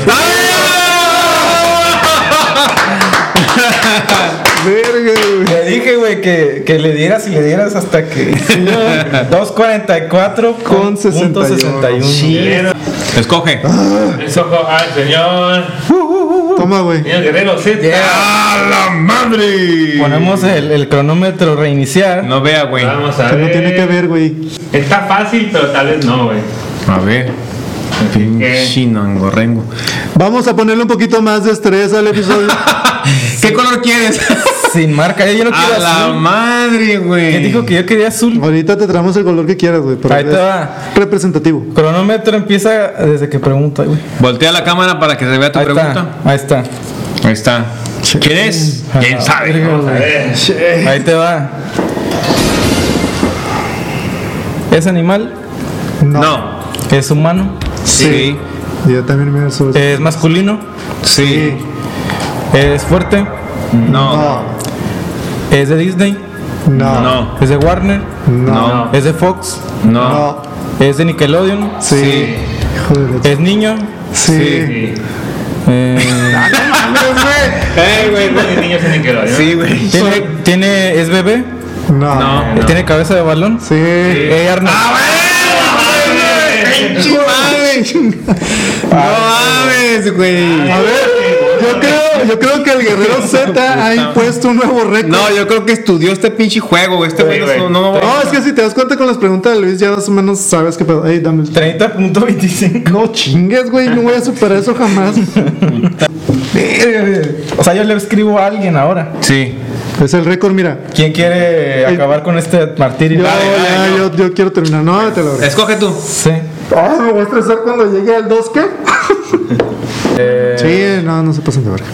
Verga, güey.
Le dije, güey, que, que le dieras y le dieras hasta que. 244
Con 61.
Guerrero.
escoge,
El soco al señor.
Toma, güey.
Señor Guerrero Z.
¡a la madre!
Ponemos el, el cronómetro reiniciar.
No vea, güey.
Vamos a
Que
ver.
no tiene que ver, güey.
Está fácil, pero tal vez no, güey.
A ver. Chino, angorrengo.
Vamos a ponerle un poquito más de estrés al episodio.
¿Qué color quieres?
Sin marca, eh, yo no quiero
A la
azul.
madre, güey.
¿Quién dijo que yo quería azul?
Ahorita te traemos el color que quieras, güey. pero
Ahí te
es
va.
Representativo.
Cronómetro empieza desde que pregunta, güey.
Voltea la cámara para que se vea tu
Ahí
pregunta.
está, ahí está.
Ahí está. ¿Quién es? ¿Quién sabe?
Verga,
A
Ah, güey.
ver.
Ahí te va. ¿Es animal?
No.
No.
¿Es humano?
Sí.
Yo también me asocio.
¿Es masculino?
Sí.
¿Es fuerte?
No.
No.
¿Es de Disney?
No.
No.
¿Es de Warner?
No.
No.
¿Es de Fox?
No.
¿Es de Nickelodeon?
Sí.
Sí.
Hijo de la ch-
¿Es niño?
Sí.
Sí.
Eh,
Eh, güey,
Los niños tienen que ver, ¿no?
Sí, güey.
¿tiene, tiene- ¿Es bebé?
No.
No. Ah.
¿Tiene cabeza de balón?
Sí.
Eh, Arnold.
¡Pinche madre! No mames, güey.
A ver, yo creo, yo creo que el Guerrero Z ha impuesto un nuevo récord.
No, yo creo que estudió este pinche juego, güey. Este güey
Sí, güey.
no, no, no,
No, es que si te das cuenta con las preguntas de Luis, ya más o menos sabes que pedo. Ey, dame el
30.25.
No chingues, güey, no voy a superar eso jamás.
O sea, yo le escribo a alguien ahora.
Sí.
es el récord, mira.
¿Quién quiere acabar con este martirio?
Yo,
Dale, dale,
ya,
no.
yo, yo quiero terminar. No, te lo abro.
Escoge tú.
Sí.
Ah, me voy a estresar cuando llegue al 2, ¿qué?
Eh,
Sí, no, no se pasen de verga.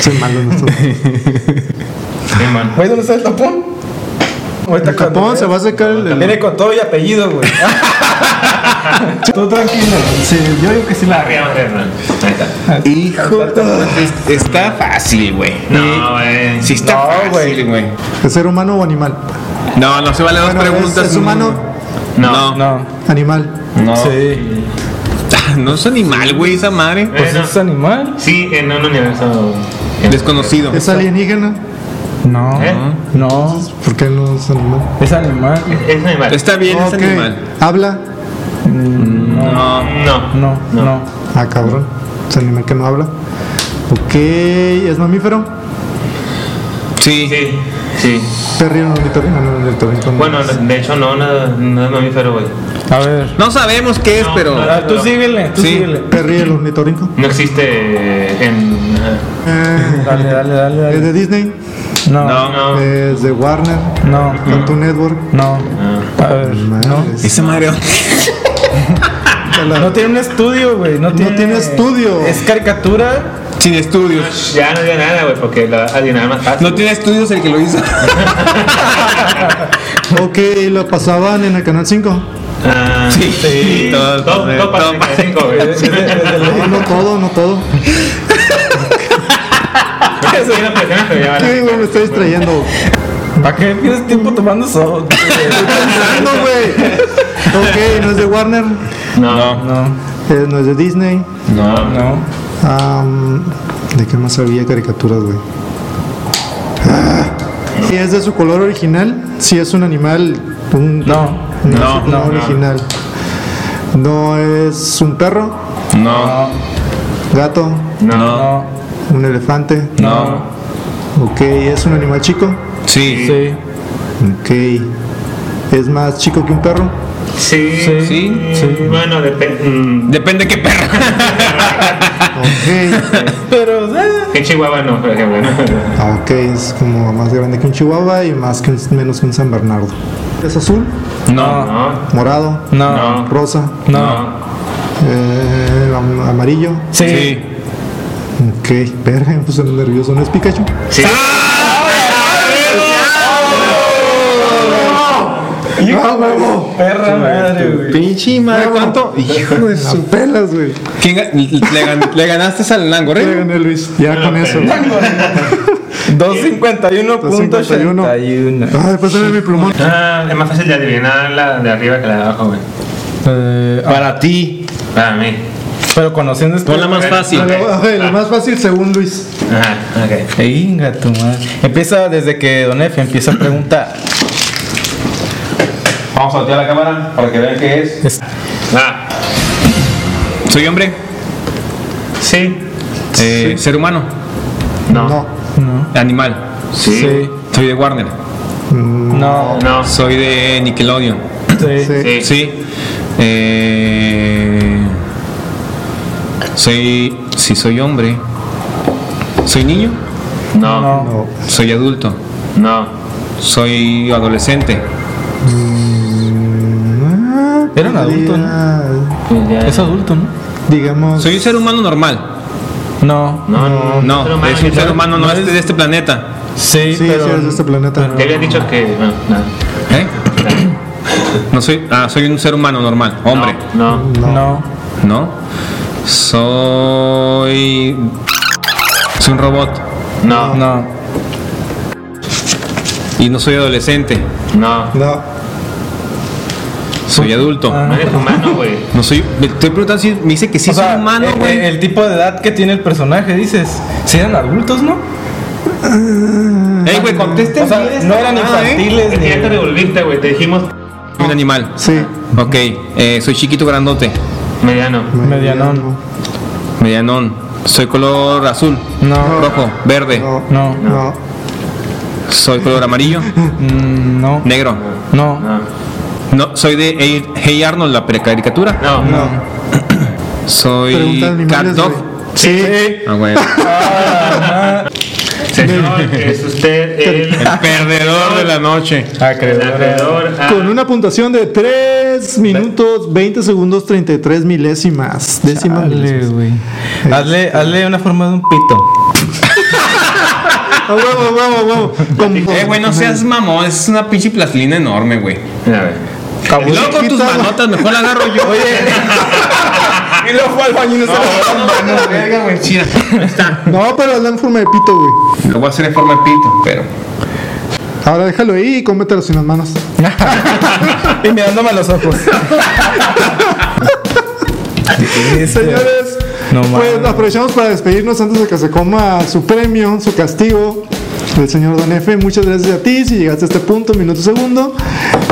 Soy malo no estoy-
Sí, man.
Güey, ¿dónde está el tapón? Ahorita
El
cuando
Japón se va a
veas.
sacar el. el-
Viene con todo y apellido, güey. Tú tranquilo. Sí, yo digo que sí la
Arriba, hombre, Hernán. Ahí está.
Hijo. Está fácil, güey.
No, eh, güey.
Sí está
No,
fácil, güey.
¿Es ser humano o animal?
No, no se vale dos
Bueno,
preguntas.
¿es- es
no.
humano?
No.
No.
Animal.
No.
Sí.
Ah, No es animal, güey, esa madre.
Pues
Bueno,
es animal.
sí, en un universo.
Desconocido.
¿Es alienígena?
No.
¿Eh?
No.
¿Por qué no es animal?
Es animal.
Es un animal.
Está bien,
Ok.
es animal.
¿Habla?
No.
No.
No, no.
Ah, cabrón. Es animal que no habla. Ok, ¿es mamífero?
Sí.
Sí, sí.
Perrino, ornitorrinco, Ah, no, ornitorrinco, no.
Bueno, de hecho, no, no, no es mamífero, güey.
A ver.
No sabemos qué es,
No,
pero.
no,
Ah, tú
No.
síguele, tú
Sí.
síguele.
Perry el ornitorrinco.
No existe en. ajá.
Eh,
Dale, dale, dale,
es
dale.
de Disney,
No.
No,
No.
no.
es de Warner,
No.
Cartoon Network.
A ver. No.
Madres.
Esa madre.
No tiene un estudio, güey. No tiene,
tiene estudio.
Es caricatura.
Sin estudios.
Ya no diga nada, güey, porque la adivinar más fácil.
No tiene estudios el que lo hizo.
Ok, lo pasaban en el canal 5. No,
Ah,
Sí, sí. Todo,
Top, top
todo,
para 35, güey.
no todo, no todo.
Sí, la presionas, pero ya vale.
¿Qué, güey? Me estoy distrayendo.
¿Para qué tienes tiempo tomando sol?
Pensando, güey. Ok, no es de Warner,
No,
No.
eh, no es de Disney.
no, no.
No.
Am, ¿De qué más había caricaturas, güey? Ah, Si es de su color original, si es un animal, un
No.
No,
No,
no,
no, no.
original. No es un perro,
No.
No.
gato,
No,
No.
un elefante.
No.
Ok, es un animal chico.
Sí.
Sí.
Ok. Es más chico que un perro.
sí,
Sí,
sí,
sí.
Bueno, depende. mm,
Depende qué perro.
Ok.
Pero. eh,
En Chihuahua no, por ejemplo. ¿no?
Ah, ok, es como más grande que un chihuahua y más que un- menos que un San Bernardo. Es azul,
No.
No,
morado,
No.
rosa,
No.
eh, am- amarillo.
Sí.
Ok, verga, me puse nervioso. ¿No es Pikachu?
Sí.
¡Ah, huevo!
Perra madre, güey.
Pinche madre. ¿Cuánto? Hijo de
La
su.
pelas, güey.
¿Quién ga- le, gan- le ganaste al
Ya
langorre?
gané, Luis. Ya con eso.
251.81.
Ay, pásame mi plumón.
Ah, es más fácil de adivinar la de arriba que la de abajo, güey.
Eh, ah,
Para ti.
Para mí.
pero conociendo este.
Ponla más fácil.
Ah, lo- ok, lo más fácil según Luis.
Ajá, ok.
Venga, tu madre. Empieza desde que Don F empieza a preguntar.
Vamos a voltear la cámara para que vean qué es.
Ah,
¿Soy hombre?
sí.
Eh, ¿Ser humano?
No.
No.
¿Animal?
Sí.
Soy de Warner.
No.
No.
Soy de Nickelodeon.
Sí.
Mm, Sí.
Sí.
Sí. Eh, soy. Si soy hombre. ¿Soy niño?
No.
No.
No.
¿Soy adulto?
No.
¿Soy adolescente?
Mm,
Era un adulto, ¿no?
Ah,
Es adulto, ¿no?
Digamos.
¿Soy un ser humano normal?
No.
No, no.
No,
Pero,
es
mano,
un
yo-
ser humano, no
no
es
es-
de este planeta.
Sí,
Sí,
pero.
sí, eres de este planeta.
Te había dicho que. Bueno, nada.
¿Eh? No soy. Ah, soy un ser humano normal, hombre.
No. no.
No.
¿No? Soy. Soy un robot.
No, no,
No.
Y no soy adolescente.
no.
No.
Soy adulto.
Ah.
No eres humano, güey.
No soy. Me estoy preguntando si. Me dice que sí
O sea,
soy humano,
eh,
güey.
eh, el, tipo de edad que tiene el personaje, dices. Si eran adultos, ¿no?
Ey, güey, contesten.
O sea,
bien
no
esta
eran
mamada, ¿eh?
infantiles.
Ya te
ni-
revolviste, güey. Te dijimos
Un animal.
Sí.
Ok, eh, soy chiquito, grandote.
mediano.
Medianón.
Medianón. Soy color azul.
No.
Rojo. Verde.
No,
No.
no.
Soy color amarillo.
Mm, No.
Negro.
No.
No, soy de Hey- Hey Arnold, la precaricatura.
No, no.
Soy
Pregunta de
Cat
animales,
Dog.
güey. Sí.
Ah, güey.
Señor, es usted el
El perdedor de la noche.
acreedor a-
Con una puntuación de 3 minutos 20 segundos 33 milésimas. Décimas
Dale,
milésimas.
güey. Hazle, hazle una forma de un pito.
A Ah, huevo, a huevo, a huevo. Como-
Eh, güey, no seas mamón. Es una pinche plastilina enorme, güey.
A ver.
como-
Y luego con tus
Quita-
manotas, mejor la agarro yo. Oye. y luego fue al baño y no se la verga, güey. Chida. Ahí está.
No, pero hazla en forma de pito, güey.
Lo voy a hacer en forma de pito, pero.
Ahora déjalo ahí y cómetelo sin las manos.
Y mirándome a los ojos.
Eh, Señores,
No
pues
mames.
aprovechamos para despedirnos antes de que se coma su premio, su castigo. El señor Don F, muchas gracias a ti. Si llegaste a este punto, minuto segundo,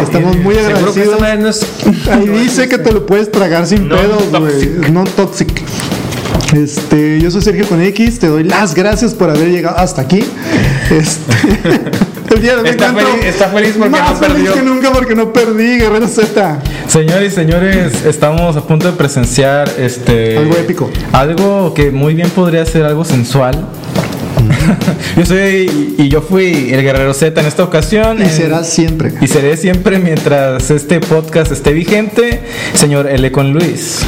estamos muy
Seguro que esta
agradecidos.
madre no es.
Ahí dice que te lo puedes tragar sin
No
pedos, güey.
toxic.
No toxic. Este, yo soy Sergio con X, te doy las gracias por haber llegado hasta aquí. Este, el día de hoy me
Está
encuentro
feliz- está feliz porque
más
no
feliz
perdió.
que nunca porque no perdí, Guerrero Z.
Señores y señores, estamos a punto de presenciar este
Algo épico.
Algo que muy bien podría ser algo sensual. yo soy y yo fui el guerrero Z en esta ocasión.
Y
en-
será siempre.
y seré siempre mientras este podcast esté vigente, señor L con Luis.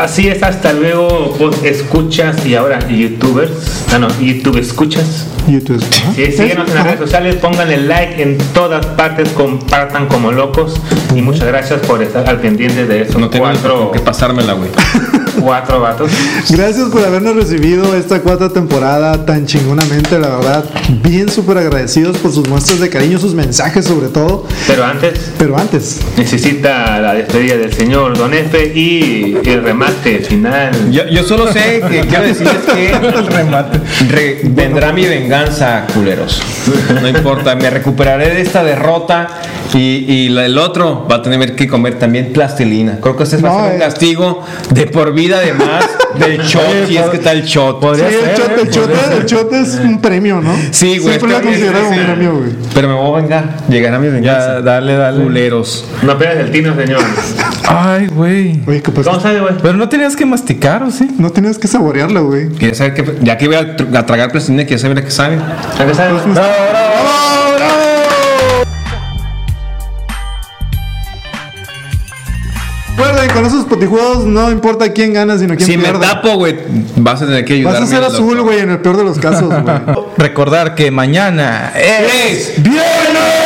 Así es, hasta luego, pod escuchas y ahora youtubers. Ah, no, YouTube escuchas.
YouTube.
Sí, síguenos en las redes sociales, pónganle like en todas partes, compartan como locos. Y muchas gracias por estar al pendiente de esos
No tengo
cuatro,
que pasármela, güey.
cuatro vatos.
Gracias por habernos recibido esta cuarta temporada tan chingonamente, la verdad. Bien súper agradecidos por sus muestras de cariño, sus mensajes sobre todo.
Pero antes,
Pero antes,
necesita la despedida del señor Don Efe y el remate final.
Yo, yo solo sé que quiero decirles que Re- vendrá mi venganza, culeros. No importa, me recuperaré de esta derrota y, y la- el otro va a tener que comer también plastilina. Creo que este va
No,
a ser
eh.
un castigo de por vida además del shot, si es que está el shot.
sí,
Podría
el
ser,
chote,
¿eh?
el chote, el chote es un premio, ¿no?
Sí, güey,
Siempre lo
está bien,
consideran
sí,
un
sí.
premio, güey.
Pero me voy a vengar. Llegará mi venganza.
Ya, dale, dale.
Culeros.
No pierdas el tino, señor.
Ay, güey.
Oye, ¿qué
¿Cómo
pasa?
sabe, güey?
Pero no tenías que masticar, ¿o sí?
No tienes que saborearlo, güey.
¿Quieres saber qué- ya que voy a, tr- a tragar plastilina, ¿quieres saber a qué sabe?
¿A qué sabe?
Recuerden, con esos potijuegos no importa quién gana, sino quién
Si me
pierde.
tapo, güey, vas a tener que ayudarme.
Vas a ser
al
azul,
doctor.
güey, en el peor de los casos, güey.
Recordar que mañana
¡Es!
¡Viernes!